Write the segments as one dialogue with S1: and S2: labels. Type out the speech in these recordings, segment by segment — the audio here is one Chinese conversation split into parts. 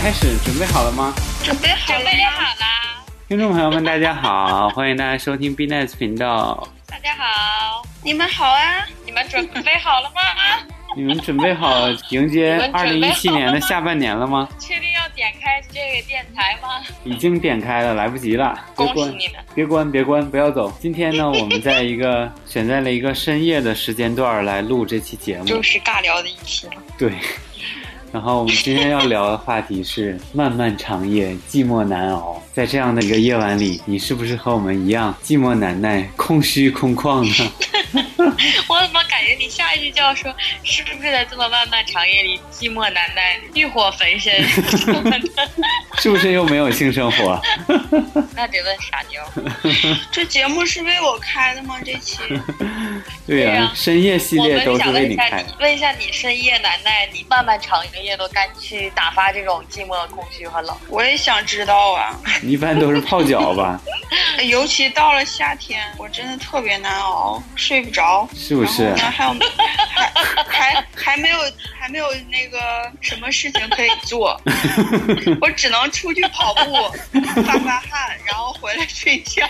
S1: 开始准备好了吗？
S2: 准备好
S3: 准备
S2: 了吗？
S3: 好啦！
S1: 听众朋友们，大家好，欢迎大家收听 B Nice 频道。
S3: 大家好，
S2: 你们好啊！
S3: 你们准备好了吗？啊
S1: 你们准备好迎接
S3: 你们
S1: 二
S3: 准
S1: 零
S3: 备
S1: 一
S3: 好
S1: 七
S3: 了吗
S1: 年的下半年了吗？
S3: 确定要点开这个电台吗？
S1: 已经点开了，来不及了，别
S3: 恭喜
S1: 关，
S3: 你们！
S1: 别关，别关，不要走。今天呢，我们在一个选在了一个深夜的时间段儿来录这期节目，
S3: 又是尬聊的一期啊了，
S1: 对。然后我们今天要聊的话题是漫漫长夜，寂寞难熬。在这样的一个夜晚里，你是不是和我们一样寂寞难耐、空虚空旷呢？
S3: 我怎么感觉你下一句就要说，是不是在这么漫漫长夜里寂寞难耐、欲火焚 身？
S1: 是不是又没有性生 活？
S3: 那得问傻妞。
S2: 这节目是为我开的吗？这期
S1: 对
S3: 对
S1: 呀、
S3: 呀
S1: 深夜系
S3: 我
S1: 列
S3: 们
S1: 都是
S3: 想
S1: 为
S3: 问一
S1: 你
S3: 下
S1: 开的
S3: 你，。问一下你深夜难耐，你漫漫长夜都该去打发这种寂寞、空虚和冷。
S2: 我也想知道啊，
S1: 你一般都是泡脚 吧？
S2: 尤其到了夏天，我真的特别难熬，睡不着。
S1: 是不是
S2: 然后？呢，还有还还还没有还没有那个什么事情可以 做，我只能出去跑步发发汗，然后回来睡觉。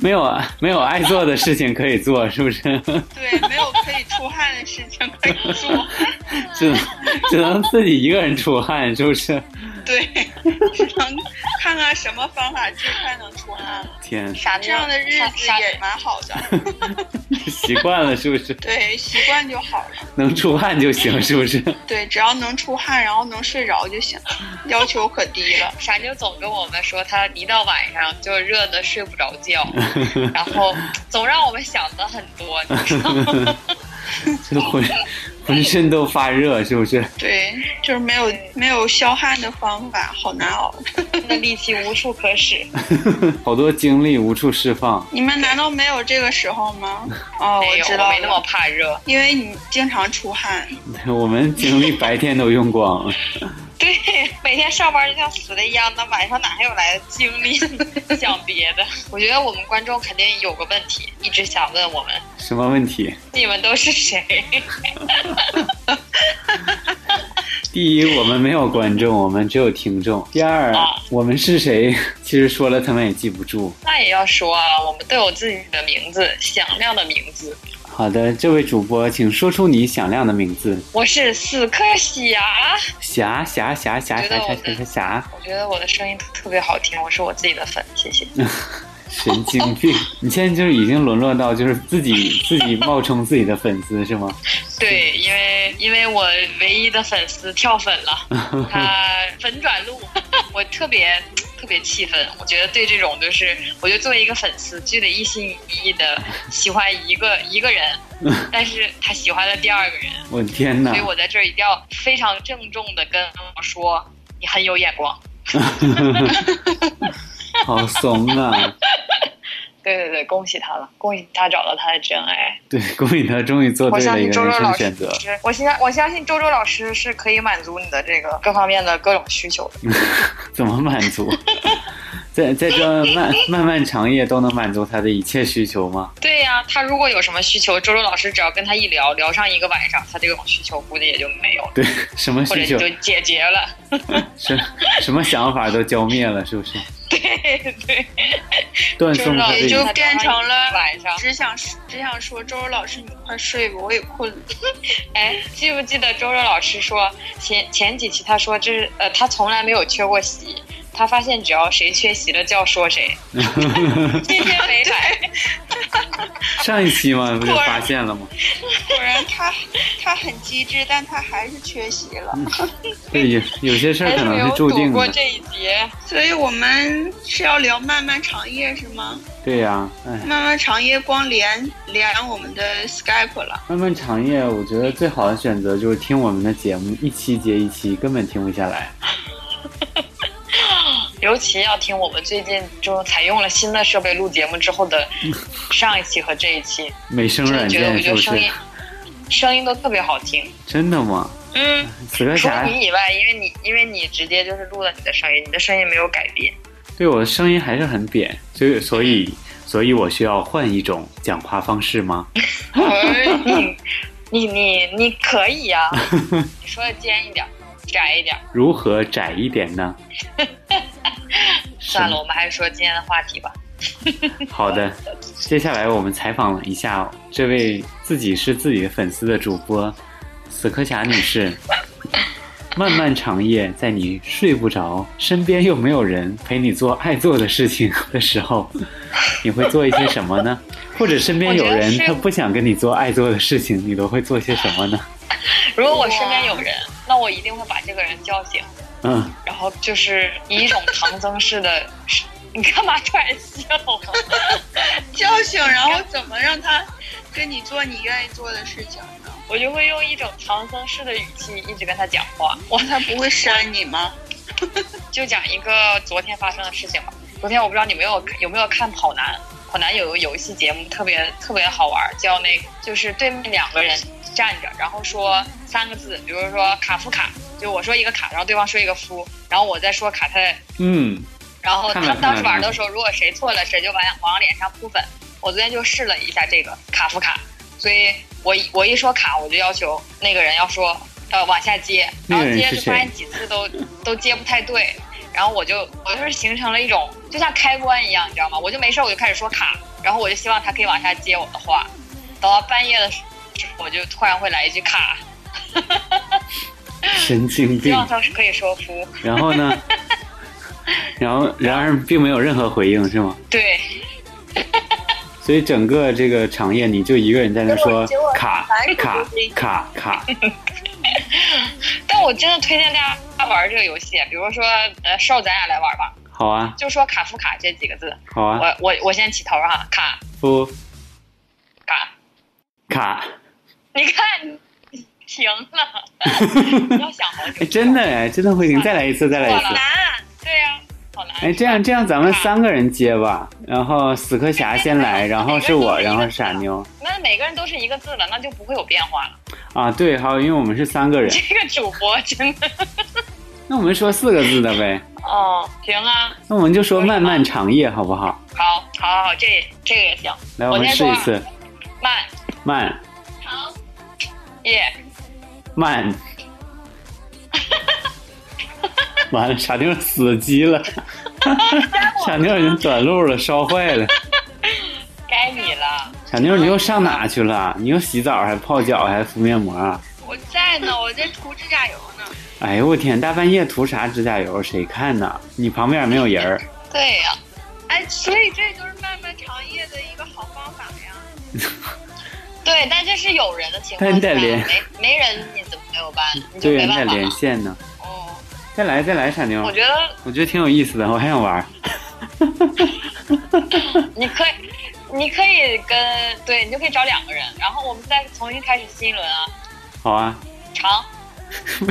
S1: 没有啊，没有爱做的事情可以做，是不 是？
S2: 对，没有可以出汗的事情可以做。
S1: 只能只能自己一个人出汗，是不是？
S2: 对，只能看看什么方法最快能出汗了。
S1: 天，
S3: 傻妞，
S2: 这样的日
S3: 傻
S2: 子
S3: 傻
S2: 也蛮好的，
S1: 习惯了是不是？
S2: 对，习惯就好了。
S1: 能出汗就行，是不是？
S2: 对，只要能出汗，然后能睡着就行，要求可低了。
S3: 傻妞总跟我们说，她一到晚上就热的睡不着觉，然后总让我们想的很多，你知道吗？
S1: 这浑浑身都发热，是不是？
S2: 对，就是没有没有消汗的方法，好难熬。
S3: 那力气无处可使。
S1: 好多精力无处释放。
S2: 你们难道没有这个时候吗？哦，
S3: 没
S2: 我
S3: 有，
S2: 知
S3: 哎我
S2: 道
S3: 没那么
S2: 了，
S3: 怕热。
S2: 因为你经常出汗。
S1: 我们精力白天都用光了，
S3: 对， 每天上班就像死的一样，那晚上哪还有来的精力 想别的？我觉得我们观众肯定有个问题，一直想问我们，
S1: 什么问题？
S3: 你们都是谁？
S1: 第一，我们没有观众，我们只有听众。第二
S3: 啊，
S1: 我们是谁？ 其实说了他们也记不住。
S3: 那也要说啊，我们都有自己的名字，响亮的名字。
S1: 好的，这位主播，请说出你响亮的名字。
S3: 我是死磕啊
S1: 霞
S3: 侠，
S1: 霞霞霞霞
S3: 觉得
S1: 霞
S3: 我嗯
S1: 霞霞霞，
S3: 我觉得我的声音特别好听，我是我自己的粉，谢谢。
S1: 神经 病！你现在就是已经沦落到就是自己自己冒充自己的粉丝是吗？
S3: 对，因为因为我唯一的粉丝跳粉了，他粉转路， 我特别特别气愤。我觉得对这种就是，我觉得作为一个粉丝，就得一心一意的喜欢一个一个人，但是他喜欢了第二个人，
S1: 我的天哪
S3: 所以！我在这儿一定要非常郑重的跟我说，你很有眼光。
S1: 好怂啊！
S3: 对对对，恭喜他了，恭喜他找到他的真爱。
S1: 对，恭喜他终于做
S3: 我
S1: 对
S3: 相
S1: 了一
S3: 信
S1: 个
S3: 周
S1: 人
S3: 周
S1: 生
S3: 老师
S1: 选择。，
S3: 我相我相信周周老师是可以满足你的这个各方面的各种需求的。
S1: 怎么满足？在在这漫漫漫长夜都能满足他的一切需求吗？
S3: 对呀、他如果有什么需求，周周老师只要跟他一聊，聊上一个晚上，他这种需求估计也就没有了，
S1: 对，什么
S3: 或者
S1: 需求
S3: 就、解决了。
S1: 什什么想法都浇灭了，是不是？
S3: 对 对，
S1: 断送他的
S2: 也
S1: 一
S2: 就
S1: 切。
S2: 变成了
S3: 晚上。
S2: 只想只想说，周周老师，你快睡吧，我也困了。
S3: 哎，记不记得周周老师说前前几期他说这是呃他从来没有缺过席，他发现只要谁缺席了就要 说谁。 今天没来，
S1: 上一期嘛，不就发现了吗？
S2: 果然他他很机智，但他还是缺席了。
S1: 对，有有些事儿
S3: 还
S1: 可
S3: 是没
S1: 能
S3: 有
S1: 是注
S3: 躲
S1: 定
S3: 过
S1: 的。
S3: 这一劫。
S2: 所以我们是要聊漫漫长夜是吗？
S1: 对呀、哎，
S2: 漫漫长夜光连连我们的 Skype 了，
S1: 漫漫长夜，我觉得最好的选择就是听我们的节目，一期接一期，根本停不下来。
S3: 尤其要听我们最近就采用了新的设备录节目之后的上一期和这一期，
S1: 美声
S3: 真的
S1: 软
S3: 觉得我
S1: 件是
S3: 觉得
S1: 不是
S3: 声？音声音都特别好听。
S1: 真的吗？
S3: 嗯，
S1: 死磕
S3: 除
S1: 侠
S3: 了你以外，因为你因为你直接就是录了你的声音，你的声音没有改变。
S1: 对我的声音还是很扁，所以所以
S3: 嗯
S1: 所以我需要换一种讲话方式吗？
S3: 哎你你你你可以啊，你说的尖一点。窄一点。
S1: 如何窄一点 呢？
S3: 算了，我们还是说今天的话题吧。
S1: 好的，接下来我们采访了一下这位自己是自己的粉丝的主播死磕侠女士。漫漫长夜，在你睡不着，身边又没有人陪你做爱做的事情的时候，你会做一些什么呢？或者身边有
S3: 我
S1: 人
S3: 觉得是
S1: 他不想跟你做爱做的事情，你都会做些什么呢？
S3: 如果我身边有人，那我一定会把这个人叫醒，
S1: 嗯，
S3: 然后就是以一种唐僧式的，你干嘛突然笑？啊
S2: 叫醒，然后怎么让他跟你做你愿意做的事情呢？
S3: 我就会用一种唐僧式的语气一直跟他讲话。我
S2: 他不会删你吗？
S3: 就讲一个昨天发生的事情吧。昨天我不知道你们有有没有看《跑男》，《跑男》有个游戏节目特别特别好玩，叫那个就是对面两个人站着，然后说三个字，比如说卡夫卡，就我说一个卡，然后对方说一个夫，然后我再说卡特，
S1: 嗯，
S3: 然后他
S1: 看了
S3: 们当时
S1: 看了
S3: 玩的时候，如果谁错了，谁就往往脸上扑粉。我昨天就试了一下这个卡夫卡，所以我一我一说卡，我就要求那个人要说呃往下接，
S1: 那
S3: 然
S1: 个
S3: 后
S1: 人
S3: 接
S1: 是
S3: 就
S1: 谁
S3: 发现几次都都接不太对，然后我就我就是形成了一种就像开关一样，你知道吗？我就没事儿我就开始说卡，然后我就希望他可以往下接我的话，等到半夜的时候，我就突然会来一句卡，
S1: 神经
S3: 希
S1: 病。
S3: 望他是可以说服，
S1: 然后呢？ 然后然而并没有任何回应，是吗？
S3: 对。
S1: 所以整个这个长夜，你就一个人在那说
S2: 结果结果
S1: 卡
S2: 反正
S1: 卡
S2: 不回应
S1: 卡卡，
S3: 但我真的推荐大家玩这个游戏，比如说，呃，少咱俩来玩吧，
S1: 好啊
S3: 就说“卡夫卡”这几个字。
S1: 好啊，
S3: 我我我先起头哈，卡
S1: 夫
S3: 卡，
S1: 卡，
S3: 你看 停了，你要想好久
S1: 哎，。真的哎，真的会停，再来一次，再来一
S3: 好
S1: 次。
S2: 难，
S3: 对呀、好难。
S1: 哎，这样这样，咱们三个人接吧，然后死磕侠先来，然后是我，然后是傻妞
S3: 那每个人都是一个字了，那就不会有变化了。
S1: 啊，对，好，因为我们是三个人，
S3: 这个主播真的，
S1: 那我们说四个字的呗，
S3: 哦，行啊，
S1: 那我们就说漫漫长夜，好不好？
S3: 好，好，好，好，这这个也行。
S1: 来，我们试一次，
S3: 慢，
S1: 慢
S3: 长，夜，
S1: 慢。完了，傻妞死机 了，傻妞已经短路了，烧坏了。
S3: 该你了。
S1: 傻妞，你又上哪去了？你又洗澡，还泡脚，还敷面膜啊？
S2: 我在呢，我在涂指甲油呢。
S1: 哎呦我天，大半夜涂啥指甲油？谁看呢？你旁边也没有人儿。
S3: 对呀、
S2: 哎，所以这就是漫漫长夜的一个好方法 呀。
S3: 对，但这是有人的情
S1: 但
S3: 况
S1: 你
S3: 下，
S1: 得连
S3: 没没人你怎么没有办？你就
S1: 队
S3: 没
S1: 员在
S3: 办法
S1: 连嗯
S3: 了。
S1: 线呢。
S3: 哦，
S1: 再来，再来，傻妞
S3: 我。觉得
S1: 我觉得挺有意思的，我还想玩儿。
S3: 你可以，你可以跟对你就可以找两个人，然后我们再重新开始新一轮啊。
S1: 好啊，
S3: 长，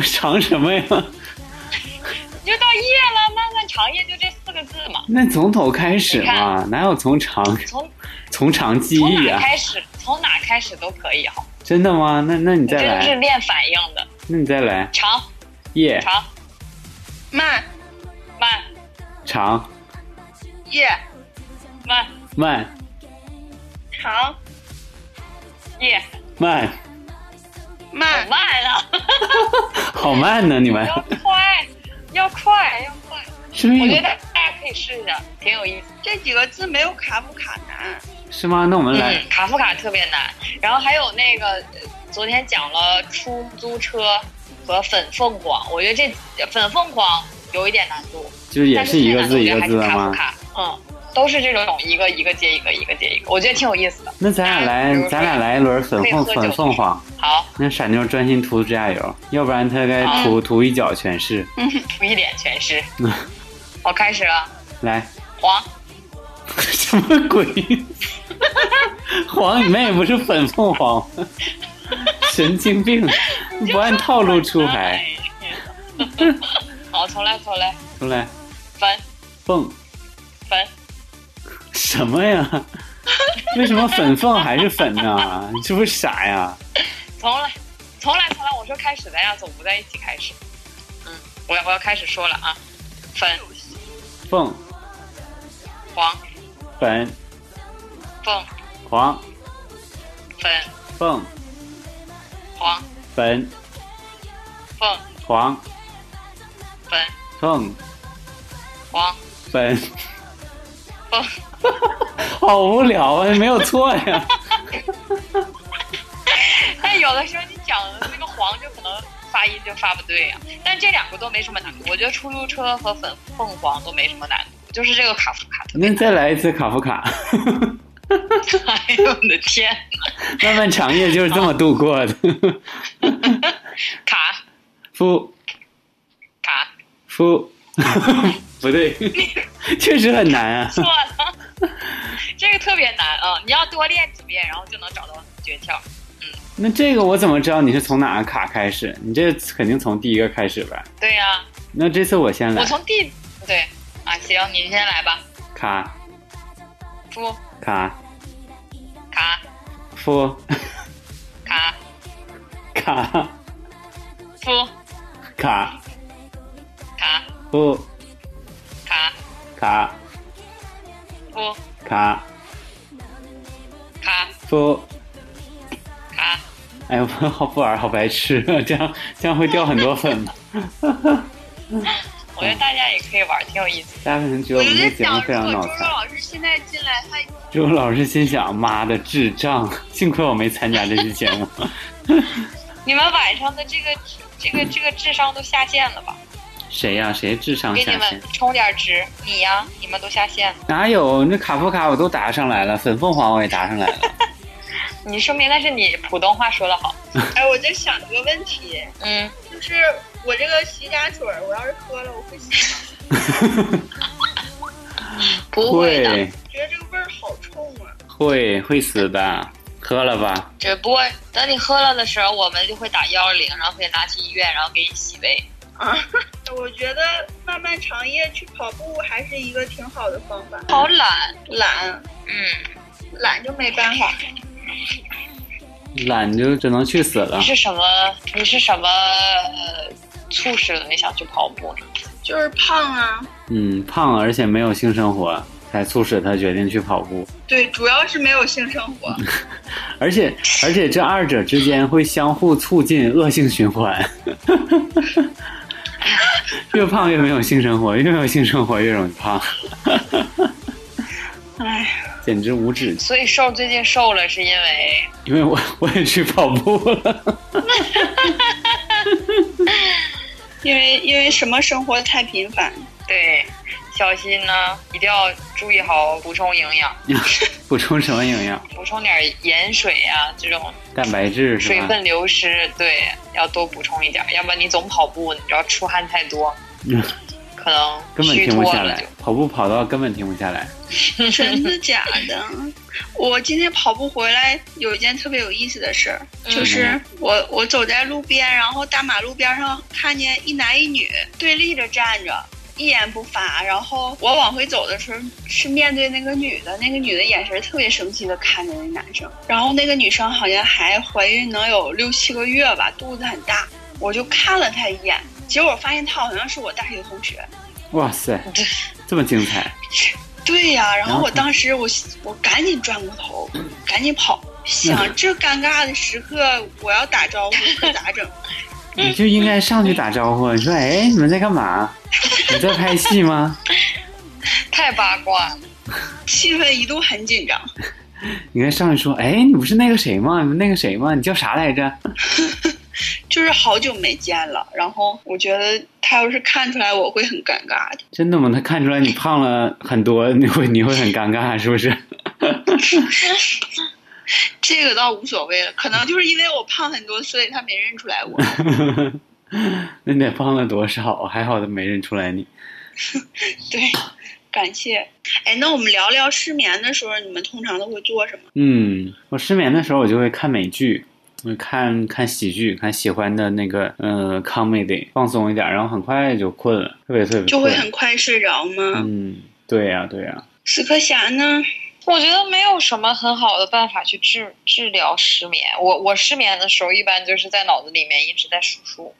S1: 长什么呀？
S3: 你就到夜了，漫漫长夜就这四个字嘛。
S1: 那从头开始
S3: 你
S1: 嘛，哪有从长
S3: 从
S1: 从长计
S3: 从
S1: 议
S3: 哪
S1: 啊？
S3: 开始，从哪开始都可以哈。
S1: 真的吗？那那你
S3: 这
S1: 再
S3: 都是
S1: 来，
S3: 练反应的。
S1: 那你再来，
S3: 长
S1: 夜
S3: 长
S2: 慢
S3: 慢
S1: 长
S2: 夜
S3: 慢
S1: 慢
S2: 长
S3: 夜，
S1: 慢，
S3: 我
S2: 慢
S3: 慢啊 了，
S1: 好慢呢！你们
S3: 要快，要快，要快。
S1: 是不是
S3: 我觉
S1: 有？
S3: 得大家可以试一下，挺有意思。
S2: 这几个字没有卡不卡难。
S1: 是吗？那我们来
S3: 嗯，卡夫卡特别难。然后还有那个，呃昨天讲了出租车和粉凤凰，我觉得这粉凤凰有一点难度，
S1: 就是也
S3: 但
S1: 是
S3: 是
S1: 一
S3: 最
S1: 个
S3: 难度
S1: 字
S3: 我
S1: 一个
S3: 觉得还
S1: 字
S3: 是
S1: 的
S3: 卡夫
S1: 吗？
S3: 卡。嗯，都是这种一个一个接一个，一个接一个，我觉得挺有意思的。
S1: 那咱俩
S3: 嗯比如
S1: 来，
S3: 说
S1: 咱俩来一轮粉
S3: 可以
S1: 凤
S3: 喝酒
S1: 粉凤凰。
S3: 好，
S1: 那傻妞专心涂指甲油，要不然她
S3: 嗯
S1: 该涂涂一脚全是。
S3: 涂一脸 全是。我开始了，
S1: 来，
S3: 黄
S1: 什么鬼？黄你妹不是粉凤凰吗？ 神经病，不按套路出牌。。
S3: 哎 好，重来，重来，
S1: 出来，
S3: 粉
S1: 凤
S3: 粉，
S1: 什么呀？为什么粉凤还是粉呢？你是不是傻呀？
S3: 重来，重来，重来。我说开始，咱俩总不在一起开始。嗯，我要我要开始说了啊，粉
S1: 凤
S3: 黄
S1: 粉
S3: 凤
S1: 黄
S3: 粉
S1: 凤
S3: 黄
S1: 粉
S3: 凤
S1: 黄
S3: 本
S1: 凤
S3: 王
S1: 本，
S3: 凤，
S1: 好无聊啊，没有错呀。
S3: 但有的时候你讲的那个黄就可能发音就发不对呀、但这两个都没什么难度，我觉得出租车和粉凤凰都没什么难度，就是这个卡夫卡特别
S1: 那再来一次卡夫卡，
S3: 难。哎呦我的天，
S1: 漫漫长夜就是这么度过的。
S3: 卡
S1: 夫
S3: 卡
S1: 夫，不对，确实很难啊。
S3: 错了， 这个特别难啊！你要多练几遍，然后就能找到诀窍。
S1: 那这个我怎么知道你是从哪个卡开始？你这肯定从第一个开始吧？
S3: 对呀、
S1: 那这次我先来
S3: 我，从第对啊，行，你先来吧。
S1: 卡
S3: 夫
S1: 卡
S3: 卡
S1: 夫
S3: 卡
S1: 卡
S3: 夫
S1: 卡
S3: 卡
S1: 夫
S3: 卡
S1: 卡
S3: 夫
S1: 卡
S3: 卡
S1: 夫。
S3: 卡
S1: 哎，我好不玩，好白痴， 这样这样会掉很多粉吧？
S3: 我觉得大家也可以玩，挺有意思。
S1: 大家可能觉得
S2: 我
S1: 我们
S2: 就
S1: 这
S2: 在
S1: 节目
S2: 想，
S1: 非
S2: 如
S1: 常
S2: 果
S1: 脑
S2: 朱朱
S1: 残。
S2: 老师现在进来，他
S1: 朱老师心想：妈的，智障！幸亏我没参加这期节目。
S3: 你们晚上的这个这个这个智商都下线了吧？
S1: 谁呀、谁智商
S3: 给
S1: 啊下
S3: 你
S1: 线
S3: 们？充点值，你呀、你们都下线了。
S1: 哪有？那卡夫卡我都答上来了，粉凤凰我也答上来了。
S3: 你说明那是你普通话说的好。
S2: 哎，我在想一个问题，
S3: 嗯，
S2: 就是我这个洗甲水儿，我要是喝了，我会洗吗？
S3: 不会的，
S1: 会
S2: 觉得这个味儿好冲啊！
S1: 会会死的，喝了吧。
S3: 只不过等你喝了的时候，我们就会打幺二零，然后可以拿去医院，然后给你洗胃。
S2: 啊，我觉得漫漫长夜去跑步还是一个挺好的方法。
S3: 好懒，
S2: 懒，
S3: 嗯，
S2: 懒就没办法。
S1: 懒就只能去死了
S3: 你。是什么？你是什么、呃、促使了你想去跑步呢？
S2: 就是胖啊。
S1: 嗯，胖而且没有性生活，才促使他决定去跑步。
S2: 对，主要是没有性生活。
S1: 而且而且这二者之间会相互促进恶性循环。 越胖越没有性生活，越没有性生活越容易胖，
S2: 哎，
S1: 简直无止境。
S3: 所以瘦最近瘦了，是因为
S1: 因为我 我也去跑步了，
S2: 因为因为什么生活太频 繁。
S3: 对，小新呢一定要注意好补充营养，
S1: 补充什么营养？
S3: 补充点盐水呀、这种
S1: 蛋白质是
S3: 水
S1: 吧？
S3: 分流
S1: 嗯
S3: 失，对，要多补充一点，要不然你总跑步，你知道出汗太多，
S1: 嗯
S3: 可能
S1: 根本
S3: 虚
S1: 停不
S3: 脱
S1: 下
S3: 了
S1: 来
S3: 就。，
S1: 跑步跑到根本停不下来。
S2: 真的假的？我今天跑步回来有一件特别有意思的事儿，
S3: 嗯
S2: 就是我我走在路边，然后大马路边上看见一男一女对立着站着。一言不发，然后我往回走的时候是面对那个女的，那个女的眼神特别生气的看着那男生，然后那个女生好像还怀孕能有六七个月吧，肚子很大，我就看了她一眼，结果我发现她好像是我大学同学，
S1: 哇 塞，这么精彩！
S2: 对呀、然
S1: 然
S2: 后
S1: 后
S2: 我当时我我赶紧转过头，赶紧跑，想
S1: 嗯
S2: 这尴尬的时刻我要打招呼可咋整？
S3: 嗯
S1: 你就应该上去打招呼，你说：“哎，你们在干嘛？你在拍戏吗
S3: 太八卦了，
S2: 气氛一度很紧张，？”
S1: 你应该上去说：“哎，你不是那个谁吗？你们那个谁吗？你叫啥来着
S2: 就是好久没见了，然后我觉得他要是看出来我会很尴尬的。？”
S1: 真的吗？他看出来你胖了很多，你会你会很尴尬，是不是？
S2: 这个倒无所谓了，可能就是因为我胖很多，所以他没认出来 我。
S1: 那你得胖了多少？还好他没认出来你。
S2: 对，感谢。哎，那我们聊聊失眠的时候，你们通常都会做什么？
S1: 嗯，我失眠的时候，我就会看美剧，我看看喜剧，看喜欢的那个呃 comedy，放松一点，然后很快就困了，特别特别困
S2: 就会很快睡着吗？
S1: 嗯，对呀、对呀、
S2: 死磕侠呢？
S3: 我觉得没有什么很好的办法去治治疗失眠。我我失眠的时候，一般就是在脑子里面一直在数数，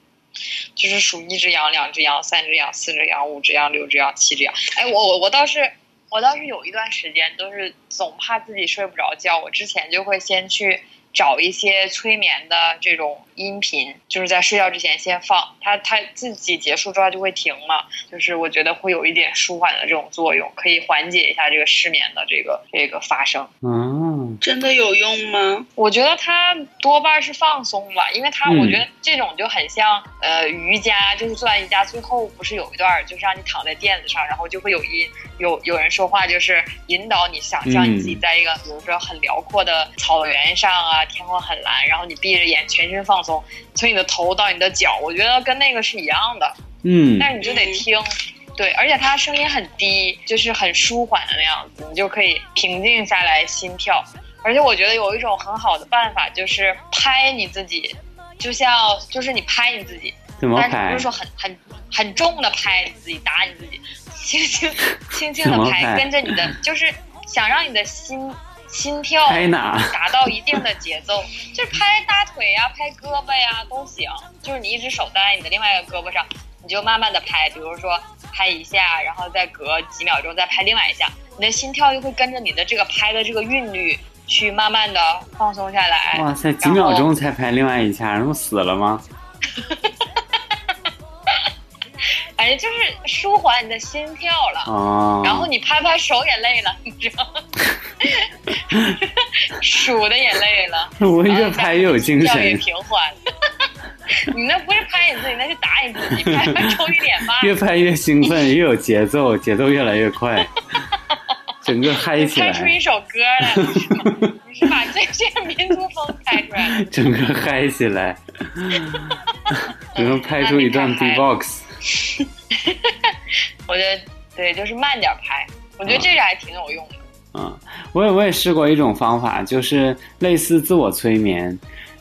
S3: 就是数一只羊、两只羊、三只羊、四只羊、五只羊、六只羊、七只羊。哎，我我我倒是我倒是有一段时间都是总怕自己睡不着觉，我之前就会先去找一些催眠的这种音频，就是在睡觉之前先放，它它自己结束之后就会停嘛，就是我觉得会有一点舒缓的这种作用，可以缓解一下这个失眠的这个这个发生。
S1: 嗯，
S2: 真的有用吗？
S3: 我觉得它多半是放松吧，因为它
S1: 嗯
S3: 我觉得这种就很像、呃瑜伽，就是做完瑜伽最后不是有一段儿就是让你躺在垫子上，然后就会有一有有人说话，就是引导你想象你自己
S1: 嗯
S3: 在一个、比如说很辽阔的草原上啊，天空很蓝，然后你闭着眼全身放松，从你的头到你的脚，我觉得跟那个是一样的。
S1: 嗯
S3: 但是你就得听，对，而且它声音很低，就是很舒缓的那样子，你就可以平静下来心跳。而且我觉得有一种很好的办法，就是拍你自己，就像就是你拍你自己，
S1: 怎么
S3: 但是不
S1: 拍
S3: 哎是？说很很很重的拍你自己打你自己，轻轻轻轻
S1: 怎
S3: 的
S1: 么
S3: 拍，
S1: 拍
S3: 跟着你的，就是想让你的心心跳
S1: 拍哪？
S3: 达到一定的节奏，就是拍大腿呀、拍胳膊呀、都行。就是你一只手搭在你的另外一个胳膊上，你就慢慢的拍，比如说拍一下，然后再隔几秒钟再拍另外一下，你的心跳就会跟着你的这个拍的这个韵律去慢慢的放松下来。
S1: 哇塞，几
S3: 哎然后
S1: 秒钟才拍另外一下，那不死了吗？
S3: 反正就是舒缓你的心跳了。
S1: 哦，
S3: 然后你拍拍手也累了，你知道吗？ 数的也累了，
S1: 我
S3: 哎
S1: 越拍越有精
S3: 然后越
S1: 神，
S3: 平缓。 你那不是拍你自己，那是打你自己，拍拍抽一脸吧。
S1: 越拍越兴奋，越有节奏，节奏越来越 快，整个嗨起
S3: 开出
S1: 来，
S3: 一首歌来了，是吧 你是把这这个民族风开出来了。
S1: 整个嗨起 来，只能拍出一段
S3: 那你
S1: B-box。
S3: 我觉得对，就是慢点拍，我觉得这个还挺有用的。
S1: 嗯，我也我也试过一种方法，就是类似自我催眠，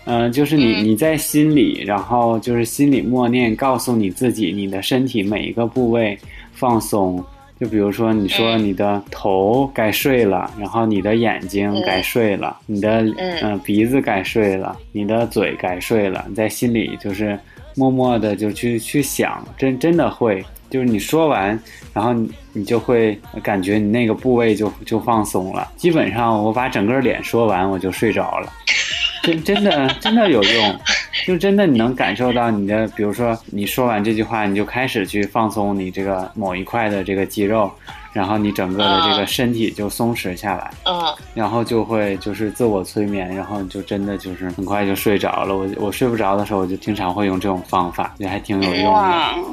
S1: 嗯、就是你
S3: 嗯
S1: 你在心里，然后就是心里默念告诉你自己，你的身体每一个部位放松。就比如说，你说
S3: 嗯
S1: 你的头该睡了，然后你的眼睛
S3: 嗯
S1: 该睡了，你的
S3: 嗯
S1: 呃、鼻子该睡了，你的嘴该睡了，你在心里就是默默的就去去想，真真的会，就是你说完，然后你你就会感觉你那个部位就就放松了。基本上我把整个脸说完，我就睡着了，真真的真的有用，就真的你能感受到你的，比如说你说完这句话，你就开始去放松你这个某一块的这个肌肉，然后你整个的这个
S3: 啊
S1: 身体就松弛下来。
S3: 嗯，
S1: 然后就会就是自我催眠，然后就真的就是很快就睡着了。我我睡不着的时候，我就经常会用这种方法，也还挺有用啊的。
S2: 哇，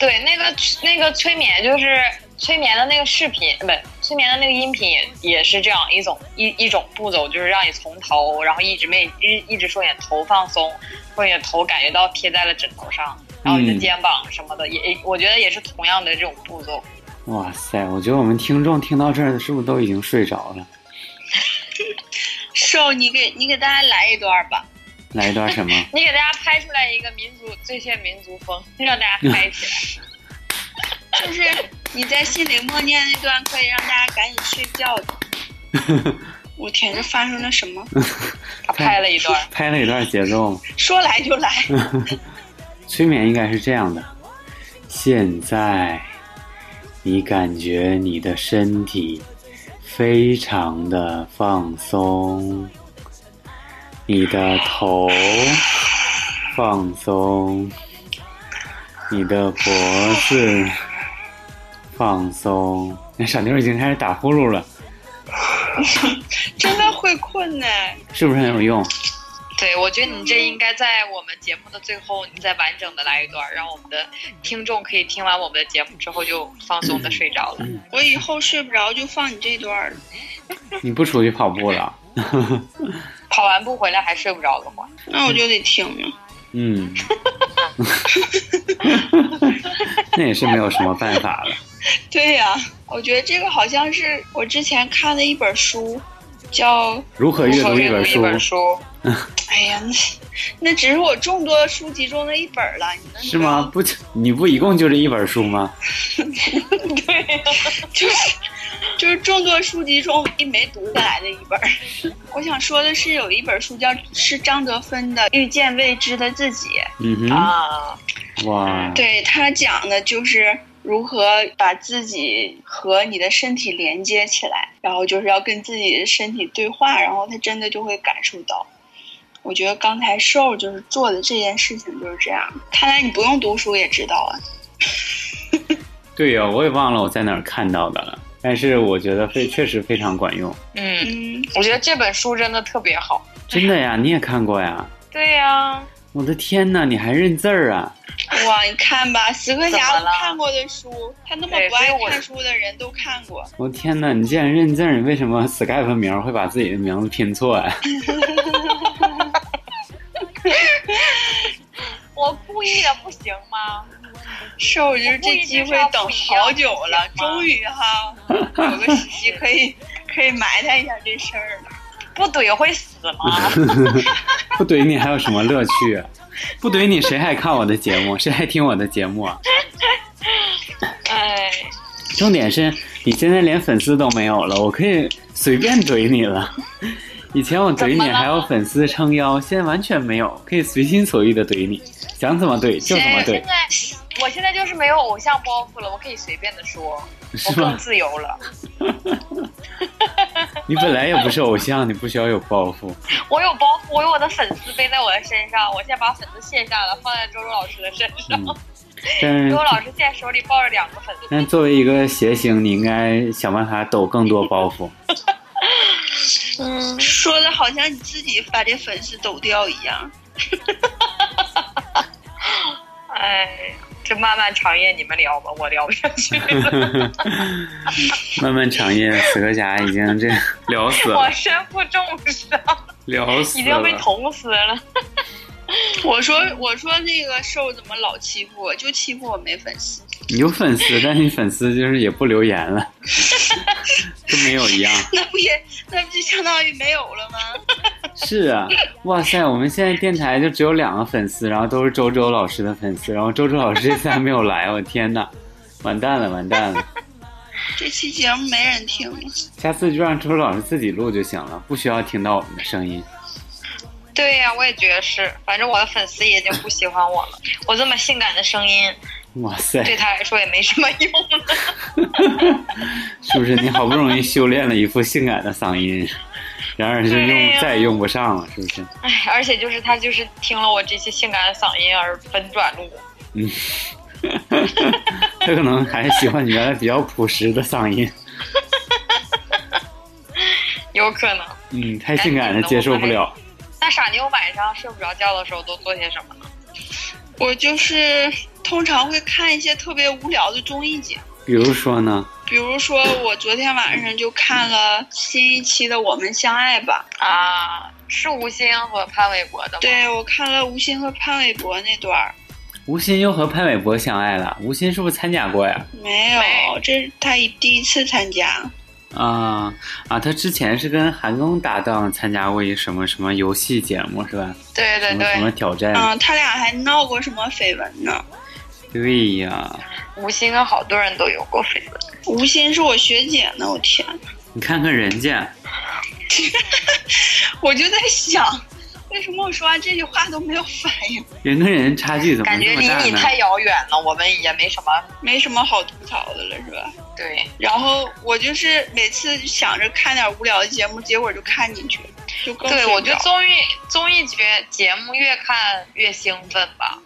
S3: 对，那个那个催眠就是催眠的那个视频，不，催眠的那个音频也也是这样一种一一种步骤，就是让你从头，然后一直没一一直说你的头放松，或者你的头感觉到贴在了枕头上，然后你的
S1: 嗯
S3: 肩膀什么的、也也，我觉得也是同样的这种步骤。
S1: 哇塞，我觉得我们听众听到这儿，是不是都已经睡着了？
S2: 瘦，你给你给大家来一段吧。
S1: 来一段什么？
S3: 你给大家拍出来一个民族最炫民族风，让大家拍起来。
S2: 就是你在心里默念那段，可以让大家赶紧睡觉 的。我天，这发生了什么？
S3: 他拍了一段儿，
S1: 拍了一段节奏吗。
S2: 说来就来。
S1: 催眠应该是这样的：现在你感觉你的身体非常的放松，你的头放松，你的脖子放松。那小妞已经开始打呼噜了，
S2: 真的会困呢。
S1: 是不是很有用？
S3: 对我觉得你这应该在我们节目的最后，你再完整的来一段儿，让我们的听众可以听完我们的节目之后就放松的睡着
S1: 嗯
S3: 了。
S2: 我以后睡不着就放你这段了。
S1: 你不出去跑步了？
S3: 跑完步回来还睡不着的话，
S2: 那我就得听了。
S1: 嗯， 那也是没有什么办法了。
S2: 对呀、我觉得这个好像是我之前看的一本书，叫……
S1: 如何呃阅读一本
S3: 一
S1: 书？
S3: 本书，
S2: 哎呀，那那只是我众多书籍中的一本了。你们
S1: 是吗？？不，你不一共就这一本书吗？
S3: 对，
S2: 就是就是众多书籍中一没读下来的一本儿。我想说的是，有一本书叫是张德芬的《遇见未知的自己
S1: 嗯哼，
S3: 啊，
S1: 哇，》，
S2: 对他讲的就是。如何把自己和你的身体连接起来，然后就是要跟自己的身体对话，然后他真的就会感受到。我觉得刚才瘦就是做的这件事情就是这样。看来你不用读书也知道啊。
S1: 对呀、我也忘了我在哪儿看到的了，但是我觉得非确实非常管用，
S3: 嗯，
S2: 嗯，
S3: 我觉得这本书真的特别好。
S1: 真的呀，你也看过呀？
S3: 对呀、
S1: 我的天呐，你还认字儿啊？
S2: 哇，你看吧，死磕侠
S3: 怎么
S2: 都
S3: 了
S2: 看过的书，他那么
S3: 对
S2: 不爱
S3: 所以我
S2: 看书的人都看过。
S1: 我、天呐，你既然认字儿，你为什么 Skype 名儿会把自己的名字拼错啊呀、
S3: 我故意的不行吗？
S2: 瘦就是这机会等好久了，
S3: 我故
S2: 终于哈，有个时机可以可以埋汰一下这事儿了。
S3: 不怼会死吗？
S1: 不怼你还有什么乐趣、啊？不怼你谁还看我的节目？谁还听我的节目啊？
S3: 哎，
S1: 重点是你现在连粉丝都没有了，我可以随便怼你了。 以前我怼你
S3: 怎么了
S1: 还有粉丝撑腰，现在完全没有，可以随心所欲的怼你，想怎么怼就怎么怼，
S3: 现 在我现在就是没有偶像包袱了，我可以随便的说，我
S1: 是
S3: 更
S1: 吗？
S3: 自由了。
S1: 你本来也不是偶像，你不需要有包袱。
S3: 我有包袱，我有我的粉丝背在我的身上，我现在把粉丝卸下了，放在周周老师的身上。
S1: 嗯，但
S3: 周
S1: 是
S3: 周老师现在手里抱着两个粉丝，
S1: 但作为一个谐星，你应该想办法抖更多包袱。
S2: 嗯，说的好像你自己把这粉丝抖掉一样。
S3: 哎，这漫漫长夜你们聊吧，我聊不下去了，
S1: 漫漫长夜，死磕侠已经这 聊死
S3: 我
S1: 了，
S3: 身负重伤，
S1: 聊死
S3: 已经被
S1: 了。
S3: 捅死了。
S2: 我说我说那个瘦怎么老欺负我，就欺负我没粉丝。
S1: 你有粉丝，但你粉丝就是也不留言了， 跟没有一样。
S2: 那不也那不就相当于没有了吗？
S1: 是啊，哇塞，我们现在电台就只有两个粉丝，然后都是周周老师的粉丝，然后周周老师这 次还没有来，我天呐，完蛋了，完蛋了，
S2: 这期节目没人听了。
S1: 下次就让周周老师自己录就行了，不需要听到我们的声音。
S3: 对呀、我也觉得是，反正我的粉丝也已经不喜欢我了，我这么性感的声音
S1: 哇塞，
S3: 对他来说也没什么用了。
S1: 是不是你好不容易修炼了一副性感的嗓音，然而就
S3: 对
S1: 用
S3: 呀
S1: 再也用不上了，是不是？
S3: 哎，而且就是他就是听了我这些性感的嗓音而分转路。
S1: 他可能还是喜欢你原来比较朴实的嗓音，
S3: 有可能。
S1: 嗯，太性感了，接受不了。
S3: 那傻妞晚上睡不着觉的时候都做些什么呢？
S2: 我就是通常会看一些特别无聊的综艺节目，
S1: 比如说呢，
S2: 比如说我昨天晚上就看了新一期的《我们相爱吧
S3: 啊，是吴昕和潘玮柏的》，吗？
S2: 对我看了吴昕和潘玮柏那段儿，
S1: 吴昕又和潘玮柏相爱了，吴昕是不是参加过呀？
S2: 没有，
S3: 没
S2: 这是他一第一次参加，
S1: 啊啊，他之前是跟韩庚搭档参加过一什么什么游戏节目是吧？
S3: 对对啊
S1: 什么什么
S3: 对，
S1: 挑战？
S2: 嗯，他俩还闹过什么绯闻呢？
S1: 对呀，
S3: 吴昕跟好多人都有过绯闻。
S2: 吴昕是我学姐呢，我天，
S1: 你看看人家，
S2: 我就在想，为什么我说完这句话都没有反应？
S1: 人跟人差距怎么
S3: 感觉
S1: 这么
S3: 离
S1: 大
S3: 你
S1: 呢？
S3: 太遥远了，我们也没什么。
S2: 没什么好吐槽的了，是吧？
S3: 对，
S2: 然后我就是每次想着看点无聊的节目，结果就看进去了，就更
S3: 对
S2: 睡不
S3: 我觉得
S2: 着
S3: 综艺综艺节节目越看越兴奋吧。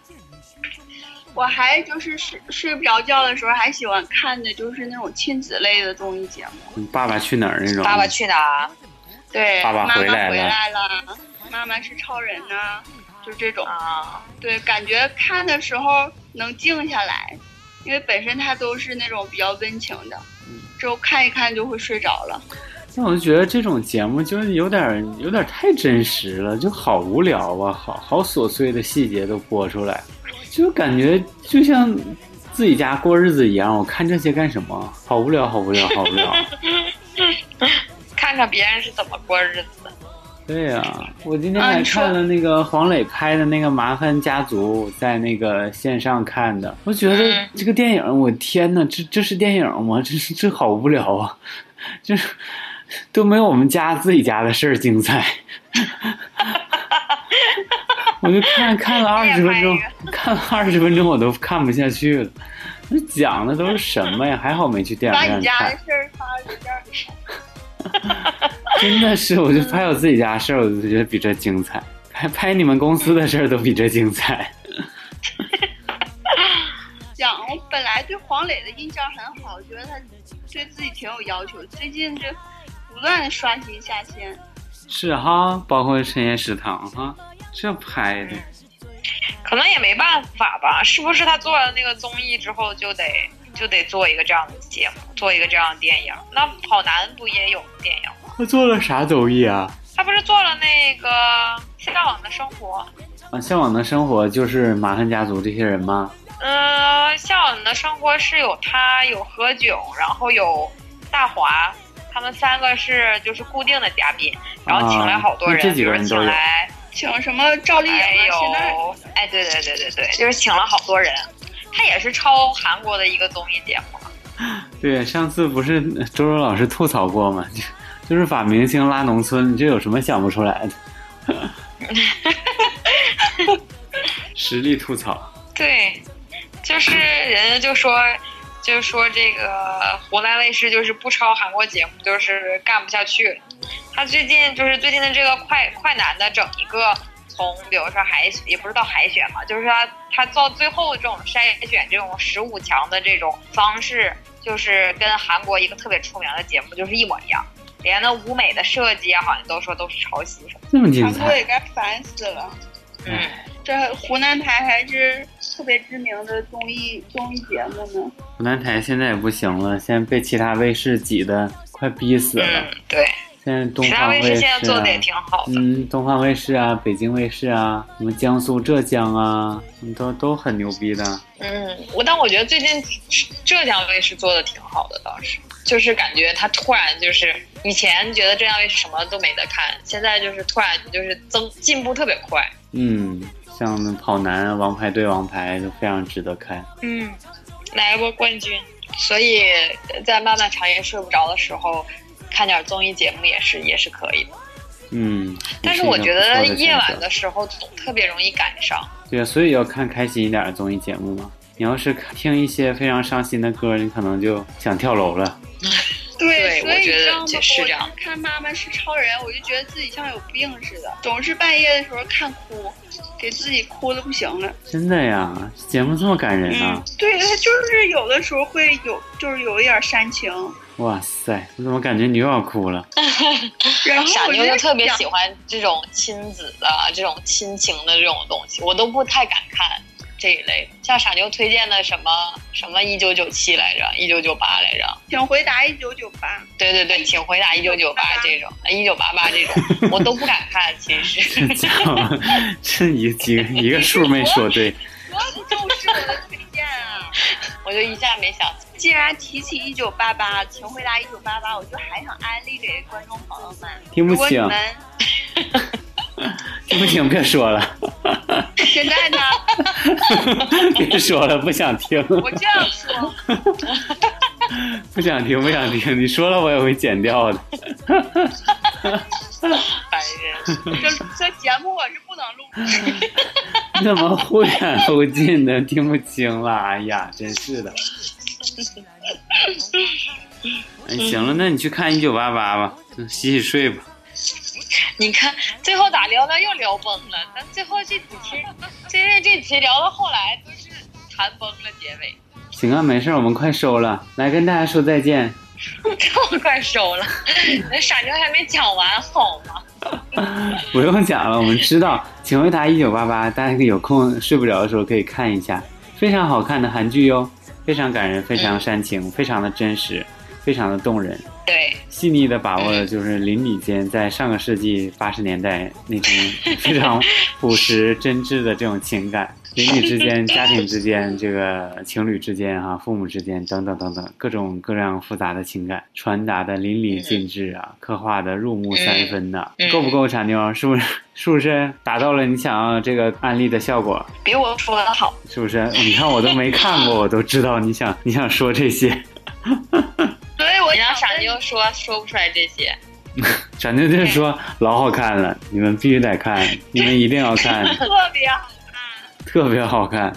S2: 我还就是睡睡不着觉的时候，还喜欢看的就是那种亲子类的综艺节目，
S1: 爸爸去哪儿那种？
S3: 爸爸去哪儿啊
S2: 对，
S1: 嗯爸爸
S2: 妈
S1: 回
S2: 妈
S1: 来了
S2: 回来了，妈妈是超人呐、就这种，
S3: 啊？
S2: 对，感觉看的时候能静下来，因为本身它都是那种比较温情的，
S1: 嗯
S2: 之后看一看就会睡着了。
S1: 但我就觉得这种节目就是有点儿有点儿太真实了，就好无聊啊，好好琐碎的细节都播出来，就感觉就像自己家过日子一样。我看这些干什么？好无聊，好无聊，好无聊。
S3: 看看别人是怎么过日子的。
S1: 对呀、我今天
S2: 啊
S1: 还
S2: 你说
S1: 看了那个黄磊拍的那个《麻烦家族》，在那个线上看的。我觉得
S3: 嗯
S1: 这个电影，我天呐，这这是电影吗？这 是这好无聊啊！ 这是都没有我们家自己家的事儿精彩。 我就看看 了二十分钟
S3: 你也拍，
S1: 看了二十分钟我都看不下去了。那讲的都是什么呀？还好没去电
S2: 把
S1: 影
S2: 你
S1: 院
S2: 家
S1: 看
S2: 的。事儿发给这儿，
S1: 真的是，我就拍我自己家事儿，我就觉得比这精彩。拍拍你们公司的事儿都比这精彩。
S2: 讲，我本来对黄磊的印象很好，觉得他对自己挺有要求。最近这不断的刷新下限，
S1: 是哈，包括深夜食堂哈，这拍的
S3: 可能也没办法吧，是不是他做了那个综艺之后就得就得做一个这样的节目，做一个这样的电影？那跑男不也有电影吗？
S1: 他做了啥综艺啊？
S3: 他不是做了那个《向往的生活》？
S1: 啊，向往的生活就是麻烦家族这些人吗？
S3: 嗯，《向往的生活》是有他有何炅，然后有大华，他们三个是就是固定的嘉宾，然后请来好多
S1: 啊
S3: 人，
S1: 那这几个人
S3: 比如
S1: 都
S3: 请
S1: 有
S3: 来。
S2: 请什么赵丽颖
S3: 还
S2: 啊，现在
S3: 有，哎，对对对对对，就是请了好多人，他也是抄韩国的一个综艺节目嘛。
S1: 对，上次不是周周老师吐槽过吗？ 就就是把明星拉农村，这有什么想不出来的？实力吐槽，
S3: 对，就是人家就说，就说这个湖南卫视就是不抄韩国节目，就是干不下去。他最近就是最近的这个快快男的整一个。从比如说海也不是到海选嘛，就是他他到最后这种筛选这种十五强的这种方式，就是跟韩国一个特别出名的节目就是一模一样，连那舞美的设计啊，好像都说都是抄袭什么的。
S1: 这么精
S2: 韩国
S1: 彩
S2: 也该烦死了。
S1: 嗯
S3: 嗯。
S2: 这湖南台还是特别知名的综艺综艺节目呢。
S1: 湖南台现在也不行了，现在被其他卫视挤得快逼死了。
S3: 嗯，对，
S1: 现在东
S3: 其他
S1: 方卫
S3: 卫
S1: 视、
S3: 视
S1: 啊、
S3: 现在做的也挺好的。
S1: 嗯，东方卫视啊，北京卫视啊，什么江苏、浙江啊，嗯都都很牛逼的。
S3: 嗯，我但我觉得最近浙江卫视做的挺好的，倒是就是感觉他突然就是以前觉得浙江卫视什么都没得看，现在就是突然就是增进步特别快。
S1: 嗯，像那跑男啊、王牌对王牌都非常值得看。
S3: 嗯，来过冠军。所以在漫漫长夜睡不着的时候，看点综艺节目也是也是可以的。
S1: 嗯，
S3: 但
S1: 也
S3: 是
S1: 是
S3: 我
S1: 一个
S3: 觉
S1: 不错
S3: 得
S1: 的
S3: 夜
S1: 选
S3: 晚
S1: 择
S3: 的时候总特别容易赶上。
S1: 对，所以要看开心一点的综艺节目嘛。你要是看听一些非常伤心的歌，你可能就想跳楼了。
S3: 对
S2: 所以
S3: 我
S2: 你
S3: 觉得
S2: 知道吗？
S3: 这
S2: 我
S3: 是这样
S2: 就是看《妈妈是超人》，我就觉得自己像有病似的，总是半夜的时候看哭，给自己哭的不行了。
S1: 真的呀，节目这么感人啊！
S2: 嗯，对他就是有的时候会有，就是有一点煽情。
S1: 哇塞，我怎么感觉你又要哭了？
S2: 然后
S3: 傻
S2: 我
S3: 妞就
S2: 就
S3: 特别
S2: 想
S3: 喜欢这种亲子的、啊这种亲情的这种东西，我都不太敢看这一类。像傻妞推荐的什么什么一九九七来着，一九九八来着，
S2: 请回答一九九八。
S3: 对对对，请回答一九九八这种，一九八八这种，我都不敢看。其实
S1: 这 家伙，这一几个一个数没说对。
S2: 我不重视我的推荐啊！
S3: 我就一下没想起，
S2: 既然提起一九八八，请回答一九八八，我就还想安利给观众朋友们。
S1: 听不
S2: 如果你
S1: 清
S2: 们
S1: 不行，别说了，
S2: 现在呢，
S1: 别说了，不想听，
S2: 我这样说，
S1: 不想听，不想听。你说了我也会剪掉的。
S3: 反正
S2: 这这节目我是不能录的。
S1: 怎么忽远忽近的，听不清了？哎呀，真是的。哎，行了，那你去看一九八八吧，就洗洗睡吧。
S3: 你看，最后咋聊到又聊崩了？咱最后这几期，真是这几期聊到后来都是谈崩了结尾，
S1: 行啊，没事儿，我们快收了，来跟大家说再见。
S3: 这么快收了，那傻妞还没讲完好吗？
S1: 不用讲了，我们知道。请回答一九八八，大家有空睡不着的时候可以看一下，非常好看的韩剧哟，非常感人，非常煽情，非常的真实，非常的动人，
S3: 对，
S1: 细腻的把握了就是邻里间在上个世纪八十年代那种非常朴实真挚的这种情感，邻里之间、家庭之间、这个情侣之间啊、父母之间等等等等各种各样复杂的情感，传达的淋漓尽致啊，刻画的入木三分呐、
S3: 嗯
S1: 够不够傻妞？是不是？是不是达到了你想要这个案例的效果？
S3: 比我说的好。
S1: 是不是？你看我都没看过，我都知道你想你想说这些。
S2: 所以我
S3: 你让
S2: 想
S3: 傻
S2: 问
S3: 妞说说不出来这些，
S1: 闪电就是说老好看了，你们必须得看，你们一定要看，
S2: 特别好看，
S1: 特别好看。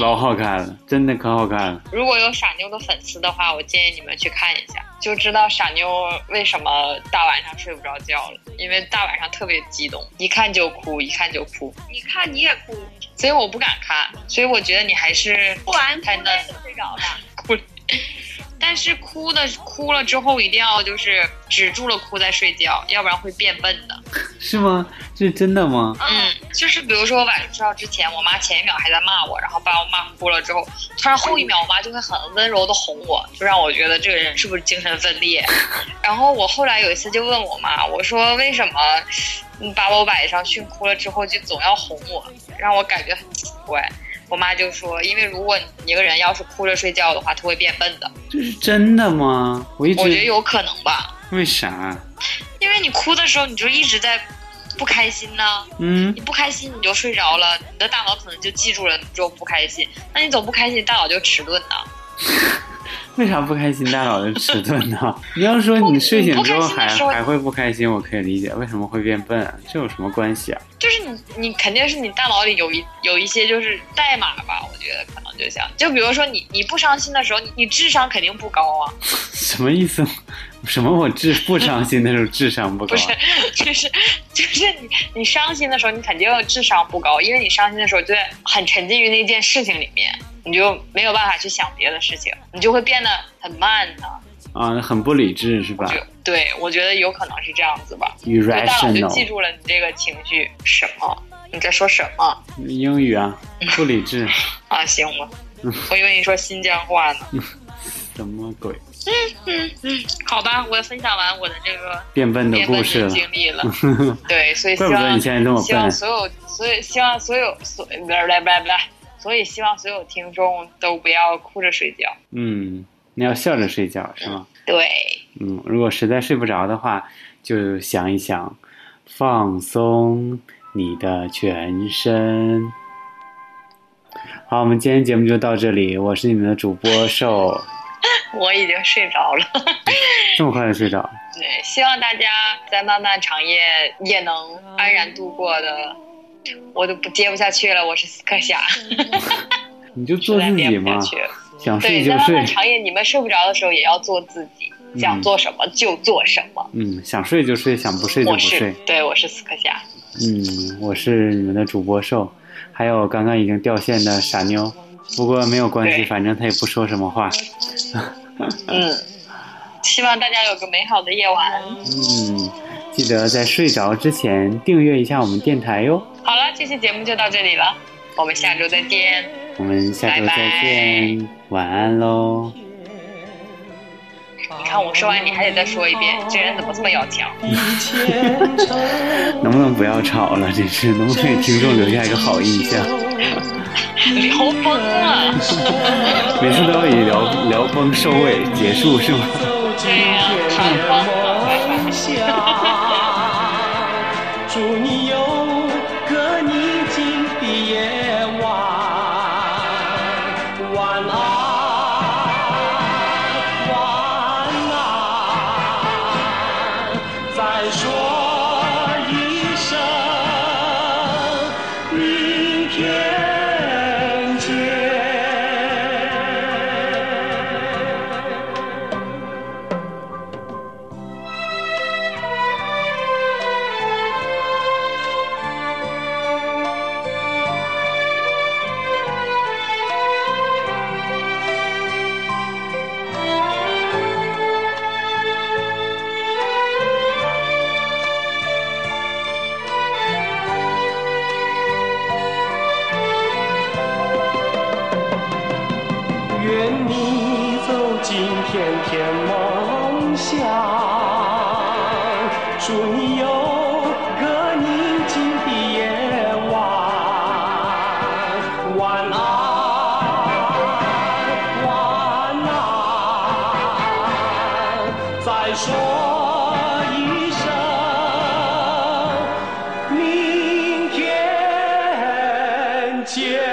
S1: 老好看了，真的可好看了。
S3: 如果有傻妞的粉丝的话，我建议你们去看一下，就知道傻妞为什么大晚上睡不着觉了，因为大晚上特别激动，一看就哭，一看就哭，
S2: 你看你也哭，
S3: 所以我不敢看，所以我觉得你还是
S2: 哭完哭
S3: 太嫩
S2: 累就睡着了。
S3: 哭，但是哭的哭了之后一定要就是止住了哭再睡觉，要不然会变笨的。
S1: 是吗？这是真的吗？
S2: 嗯，
S3: 嗯，就是比如说我晚上睡觉之前，我妈前一秒还在骂我，然后把我骂哭了之后，突然后一秒我妈就会很温柔的哄我，就让我觉得这个人是不是精神分裂。然后我后来有一次就问我妈，我说为什么你把我晚上训哭了之后就总要哄我，让我感觉很奇怪。我妈就说，因为如果你一个人要是哭着睡觉的话，他会变笨的。
S1: 这是真的吗？我一直
S3: 我觉得有可能吧，
S1: 为啥？
S3: 因为你哭的时候你就一直在不开心呢、
S1: 嗯
S3: 你不开心你就睡着了，你的大脑可能就记住了你就不开心。那你总不开心，大脑就迟钝啊呢。
S1: 为啥不开心？大脑的迟钝 呢？你要说你睡醒之后
S3: 不
S1: 还
S3: 开心的时候
S1: 还会不开心，我可以理解，为什么会变笨啊？这有什么关系啊？
S3: 就是你，你肯定是你大脑里有一有一些就是代码吧，我觉得可能就像，就比如说你你不伤心的时候，你你智商肯定不高啊，
S1: 什么意思？ 什么我智不伤心的时候智商不高
S3: 不
S1: 啊？
S3: 是，就是就是你你伤心的时候，你肯定智商不高，因为你伤心的时候就在很沉浸于那件事情里面，你就没有办法去想别的事情，你就会变得很慢呢。
S1: 啊，很不理智是吧
S3: 就对，我觉得有可能是这样子吧。就大脑就记
S1: ？irrational，
S3: 住了你这个情绪什么？你在说什么
S1: 英语啊，不理智，
S3: 啊？行吧，我以为你说新疆话呢。
S1: 什么鬼？
S3: 嗯嗯，好吧，我分享完我的这个
S1: 变笨的
S3: 变
S1: 故
S3: 笨
S1: 事
S3: 的
S1: 了，
S3: 经 历了。对，所以希
S1: 怪不得
S3: 望
S1: 你现在这么
S3: 希望
S1: 笨。
S3: 所有所以希望所有所来来来来，所以希望所有听众都不要哭着睡觉。
S1: 嗯，你要笑着睡觉是吗？
S3: 对，
S1: 嗯，如果实在睡不着的话，就想一想，放松你的全身。好，我们今天节目就到这里，我是你们的主播瘦，
S3: 我已经睡着了。
S1: 这么快就睡着了，
S3: 对，希望大家在漫漫长夜也能安然度过的。我都不接不下去了，我是死磕侠。
S1: 你就做
S3: 实在
S1: 自己
S3: 编不
S1: 嘛
S3: 下，去了
S1: 想睡
S3: 对，
S1: 就
S3: 在漫
S1: 睡
S3: 漫，长夜，你们睡不着的时候也要做自己，
S1: 嗯
S3: 想做什么就做什么。
S1: 嗯，想睡就睡，想不睡就
S3: 我
S1: 不
S3: 是
S1: 睡。
S3: 对，我是死磕侠。
S1: 嗯，我是你们的主播瘦，还有刚刚已经掉线的傻妞，不过没有关系，
S3: 对
S1: 反正她也不说什么话。
S3: 嗯，希望大家有个美好的夜晚。
S1: 嗯，记得在睡着之前订阅一下我们电台哟。
S3: 好了，这期节目就到这里了，我们下周再见。
S1: 我们下周再见，晚安喽。
S3: 你看我说完，你还得再说一遍，这人怎么这么要强？
S1: 能不能不要吵了？真是，能不能给听众留下一个好印象？
S3: 聊疯了。
S1: 每次都以聊聊崩收尾结束是吗？
S3: 对呀、传疯了，拜拜。
S4: 祝你有个宁静的夜晚，晚安，晚安。再说一声，明天见。愿你走进片片梦想，祝你有个宁静的夜晚，晚安，晚安。再说一声，明天见。